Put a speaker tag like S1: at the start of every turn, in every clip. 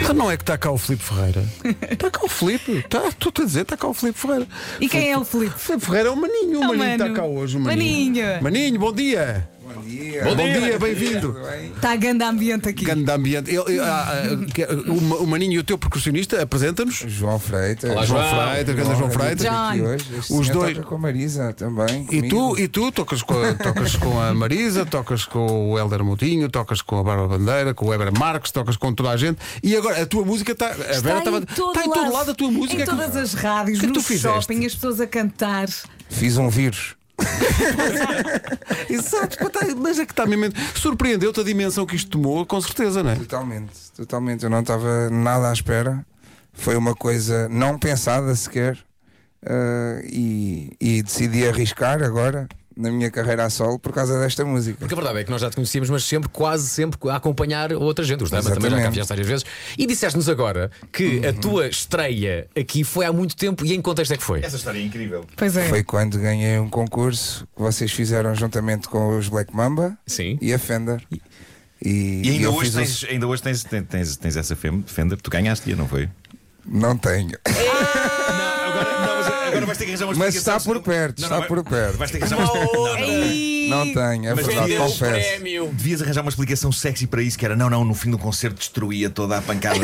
S1: Então não é que está cá o Filipe Ferreira. Está cá o Filipe. Está, estou-te a dizer, está cá o Filipe Ferreira.
S2: E quem é o Filipe?
S1: Filipe Ferreira é o Maninho. O
S2: É o
S1: Maninho está
S2: Mano.
S1: cá hoje. O Maninho.
S2: Maninho.
S1: Maninho, bom dia.
S3: Bom dia.
S1: Bom dia, bem-vindo.
S3: Tudo bem?
S2: Está a Tá grande ambiente aqui.
S1: Grande ambiente. Ele- ele- ah, ah, que- o, Ma- o Maninho e o teu percussionista apresenta-nos.
S3: João Freitas.
S4: Olá,
S1: João
S4: João.
S1: Freitas, grande João Freitas.
S2: John.
S1: Os
S3: Os
S1: dois-
S3: dois. com a Marisa também.
S1: E
S3: comigo.
S1: tu, e tu tocas, com a, tocas com a Marisa, tocas com o Helder Moutinho, tocas com a Bárbara Bandeira, com o Weber Marques, tocas com toda a gente. E agora a tua música está. A
S2: Tá
S1: Vera estava- está tá em todo lado a tua música. é
S2: Em
S1: que-
S2: todas as rádios,
S1: que
S2: no
S1: tu fizeste?
S2: shopping, as pessoas a cantar.
S3: Fiz um vírus.
S1: Exato, pá, tá- mas é que está mesmo. Surpreendeu-te a dimensão que isto tomou, com certeza, não é?
S3: Totalmente. Totalmente. Eu não estava nada à espera. Foi uma coisa não pensada sequer. Ah, e, e decidi arriscar agora na minha carreira a solo por causa desta música.
S4: Porque a verdade é que nós já te conhecíamos, mas sempre, quase sempre, a acompanhar outra gente. Os Dama também já cá
S3: Exatamente.
S4: fizeste várias vezes. E disseste-nos agora que a tua estreia aqui foi há muito tempo e em que contexto é que foi?
S5: Essa história é incrível.
S2: Pois é.
S3: Foi quando ganhei um concurso que vocês fizeram juntamente com os Black Mamba
S4: Sim.
S3: e a Fender. E,
S5: E
S3: e
S5: ainda
S3: eu
S5: hoje,
S3: fiz um-
S5: tens, ainda hoje tens, tens, tens, tens essa fem- Fender, tu ganhaste, não foi?
S3: Não tenho.
S5: Agora, não, mas agora vais ter que arranjar uma
S3: Mas
S5: explicação,
S3: está por
S5: senão-
S3: perto, está
S5: vai-
S3: por perto.
S5: Vais ter que arranjar uma
S2: Ei,
S3: Não tenho, é
S5: Mas
S3: verdade,
S5: vendeu o
S4: um
S3: confesso.
S4: prémio.
S5: Devias arranjar uma explicação sexy para isso, que era não, não, no fim do concerto destruía toda a pancada.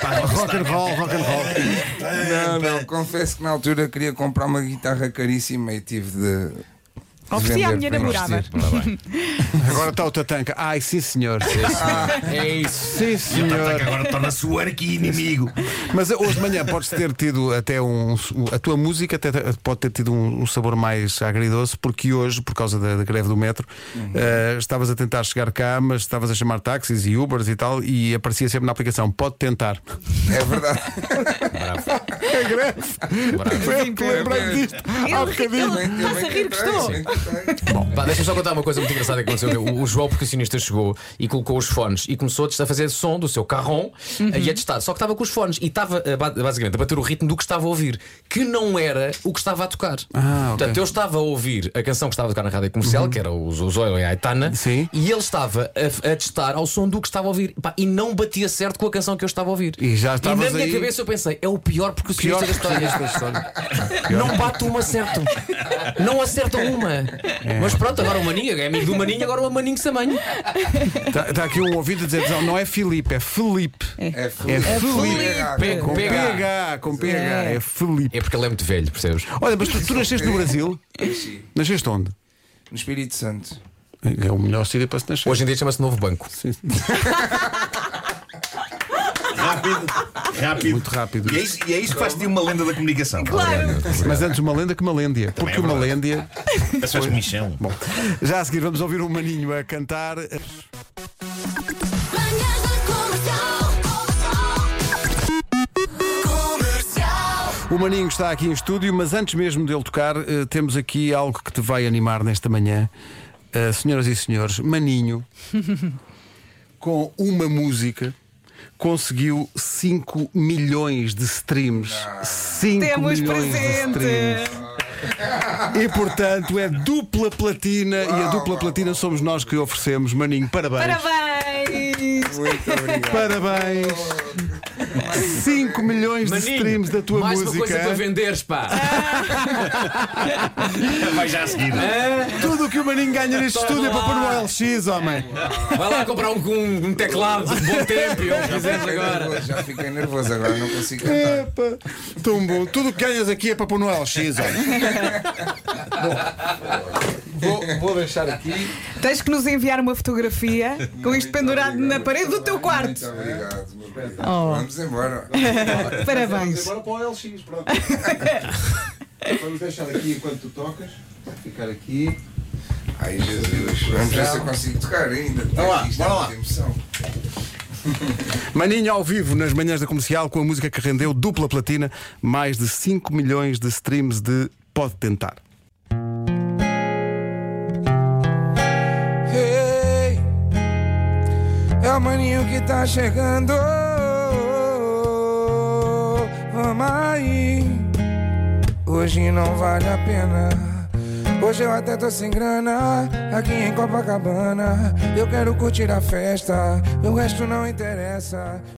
S5: Pá,
S1: Rock and roll, rock and roll.
S3: Não, não, confesso que na altura queria comprar uma guitarra caríssima e tive de. de
S2: Ofereci à
S3: vender
S2: minha
S3: para
S2: namorada.
S3: investir.
S1: Agora está o Tatanka. Ai, sim, senhor.
S4: É isso.
S1: Sim,
S5: E o
S1: senhor.
S5: Tataca agora torna-se o arqui-inimigo.
S1: Mas eh, hoje de manhã podes ter tido até um. A tua música até pode ter tido um, um sabor mais agridoce, porque hoje, por causa da, da greve do metro, eh, estavas a tentar chegar cá, mas estavas a chamar táxis e Ubers e tal, e aparecia sempre na aplicação: pode tentar.
S3: É verdade.
S1: É greve. Eu que lembrei disto há
S2: Ele-
S1: bocadinho.
S2: ele- Passa a rir, gostou.
S4: Pá, Deixa-me só contar uma coisa muito engraçada que aconteceu. O, o João percussionista chegou e colocou os fones e começou a testar- a fazer som do seu carrão e a testar. Só que estava com os fones e estava eh, ba- basicamente a bater o ritmo do que estava a ouvir, que não era o que estava a tocar.
S1: Ah, ok. Uhum.
S4: Portanto, eu estava a ouvir a canção que estava a tocar na rádio comercial, que era os Zoio e a Aitana,
S1: Sim.
S4: e ele estava a, a testar ao som do que estava a ouvir Pá, e não batia certo com a canção que eu estava a ouvir.
S1: E já
S4: na
S1: estavas
S4: minha
S1: aí-
S4: cabeça eu pensei, é o pior percussionista
S1: Pior
S4: da história.
S1: percussionista da história.
S4: Não bate uma certo. Não acerta uma. Mas pronto, agora o Maninho é amigo do Maninho, agora o Maninho também.
S1: Está tá aqui um ouvido a dizer: não, não é Filipe, é Felipe.
S3: É
S1: É
S3: Felipe.
S1: Felipe. Com
S4: PH.
S1: PH, com PH, é Felipe.
S4: É porque ele é muito velho, percebes?
S1: Olha, mas tu, tu nasceste no Brasil? Nasceste onde?
S3: é No Espírito Santo.
S1: É o melhor sítio para se nascer.
S4: Hoje em dia chama-se Novo Banco.
S5: Rápido, rápido.
S1: Muito rápido.
S5: E é isso, e é isso que faz de ti uma lenda da comunicação.
S2: Claro.
S1: é Mas antes uma lenda que uma lêndia. Porque
S5: é
S1: uma
S5: verdade.
S1: lêndia.
S5: Essa faz comichão.
S1: Bom, já a seguir vamos ouvir um maninho a cantar.
S6: Manhãs da Comercial. Comercial.
S1: O maninho está aqui em estúdio, mas antes mesmo dele tocar, eh, temos aqui algo que te vai animar nesta manhã. Eh, senhoras e senhores, Maninho, com uma música, conseguiu 5 milhões de streams.
S4: Ah.
S1: 5
S2: Temos
S1: milhões de streams.
S2: presente.
S1: E portanto é dupla platina e a dupla platina somos nós que oferecemos. Maninho, parabéns.
S2: Parabéns.
S3: Muito obrigado.
S1: Parabéns. 5 milhões de
S4: Maninho,
S1: streams da tua
S4: mais uma
S1: música. é?
S4: coisa para venderes, pá.
S5: Vai já a seguir.
S1: Tudo o que o Maninho ganha neste estúdio é para pôr no LX, homem.
S4: Vai lá comprar um, um, um teclado de bom tempo e o
S3: Fiquei
S4: fizemos agora.
S3: nervoso, já fiquei nervoso agora, não consigo cantar.
S1: Epa, É, tão bom. Tudo o que ganhas aqui é para pôr no LX, homem. Bom, vou, vou deixar aqui.
S2: Tens que nos enviar uma fotografia com isto pendurado na parede do teu
S3: Muito
S2: quarto.
S3: obrigado. meu querido.
S2: Oh.
S3: Vamos embora.
S2: Parabéns.
S1: para o LX, pronto. Vamos deixar aqui enquanto tu tocas. Vai ficar aqui.
S3: Ai Jesus, vamos ver se eu consigo tocar ainda. é Vamos
S1: lá, bora lá. Maninho ao vivo nas manhãs da comercial com a música que rendeu dupla platina, mais de 5 milhões de streams de Pode Tentar.
S3: Hey, é o maninho que tá chegando. Vamos aí. Hoje não vale a pena. Hoje eu até tô sem grana. Aqui em Copacabana. Eu quero curtir a festa. O resto não interessa.